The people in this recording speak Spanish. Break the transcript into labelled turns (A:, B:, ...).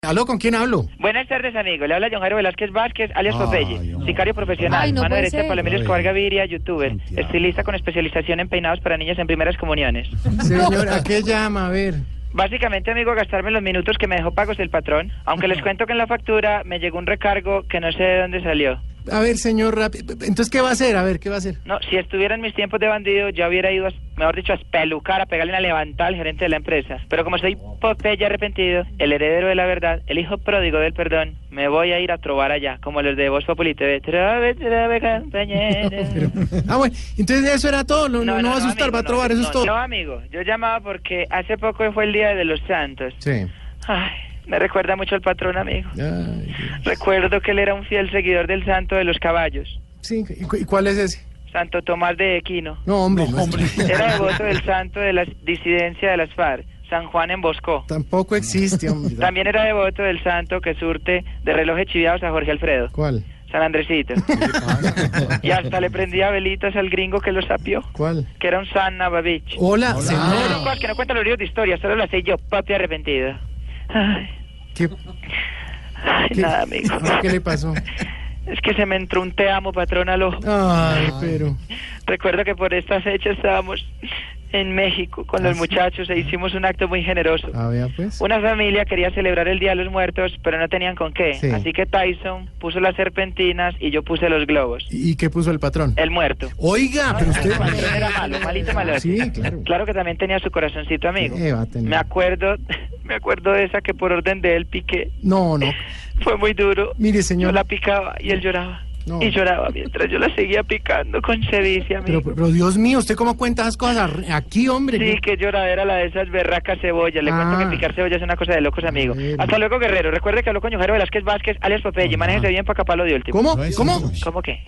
A: ¿Aló? ¿Con quién hablo?
B: Buenas tardes, amigo. Le habla John Jairo Velázquez Vázquez, alias
A: Ay,
B: Popeye,
A: hombre.
B: sicario profesional,
C: Ay, no
B: mano
C: puede
B: derecha
C: ser.
B: de Pablo Emilio Escobar
A: Ay.
B: Gaviria, youtuber,
A: Santiago.
B: estilista con especialización en peinados para niños en primeras comuniones.
A: Señor, ¿a qué llama? A ver.
B: Básicamente, amigo, gastarme los minutos que me dejó pagos el patrón, aunque les cuento que en la factura me llegó un recargo que no sé de dónde salió.
A: A ver, señor, rápido. Entonces, ¿qué va a hacer? A ver, ¿qué va a hacer?
B: No, si estuviera en mis tiempos de bandido, ya hubiera ido, a, mejor dicho, a espelucar, a pegarle una levantada al gerente de la empresa. Pero como soy Popeye arrepentido, el heredero de la verdad, el hijo pródigo del perdón, me voy a ir a trobar allá, como los de Voz Populi TV. Trove, trove, compañero.
A: Pero- ah, bueno. Entonces, eso era todo. No, no, no va a asustar,
B: amigo,
A: va a trobar.
B: no,
A: eso es
B: no,
A: todo.
B: No, amigo, yo llamaba porque hace poco fue el Día de los Santos.
A: Sí.
B: Ay, me recuerda mucho al patrón, amigo.
A: Ay, Dios.
B: Recuerdo que él era un fiel seguidor del santo de los caballos,
A: sí. ¿Y, cu- y cuál es ese?
B: Santo Tomás de Equino.
A: No, hombre. No, hombre.
B: Era devoto del santo de la disidencia de las FARC, San Juan en Bosco.
A: Tampoco existe, hombre.
B: También era devoto del santo que surte de relojes chiviados a Jorge Alfredo,
A: ¿Cuál?
B: San Andresito. Y hasta le prendía velitas al gringo que lo sapió,
A: ¿Cuál?
B: que era un San Navavich.
A: Hola,
B: No, no,
A: señor.
B: cual, que no cuenta los libros de historia, solo lo sé yo, papi arrepentido. Ay,
A: ¿Qué,
B: ay,
A: qué-
B: nada, amigo.
A: ¿Qué le pasó?
B: Es que se me entró un te amo, patrón, al ojo.
A: Ah. Ay, pero.
B: Recuerdo que por esta fecha estábamos en México con
A: Ah,
B: los muchachos e hicimos un acto muy generoso.
A: A ver, pues.
B: Una familia quería celebrar el Día de los Muertos, pero no tenían con qué.
A: Sí.
B: Así que Tyson puso las serpentinas y yo puse los globos.
A: ¿Y qué puso el patrón?
B: El muerto.
A: Oiga, Ah, pero
B: El
A: usted.
B: patrón era malo, malito, malo.
A: Sí, claro.
B: Claro que también tenía su corazoncito amigo.
A: Eh, va a tener.
B: Me acuerdo, me acuerdo de esa que por orden de él piqué.
A: No, no.
B: Fue muy duro.
A: Mire, señor.
B: Yo la picaba y él lloraba.
A: No.
B: Y lloraba mientras yo la seguía picando con sevicia, amigo.
A: Pero, pero Dios mío, ¿usted cómo cuenta esas cosas ar- aquí, hombre?
B: Sí, que lloradera la de esas berracas cebollas. Le
A: Ah.
B: cuento que picar cebolla es una cosa de locos, amigo.
A: Bueno.
B: Hasta luego, Guerrero. Recuerde que habló con Jojero Velázquez Vázquez, alias Popeye. Manéjese bien para acá, pa' lo de último.
A: ¿Cómo?
D: No es
A: ¿Cómo?
D: eso.
B: ¿Cómo qué?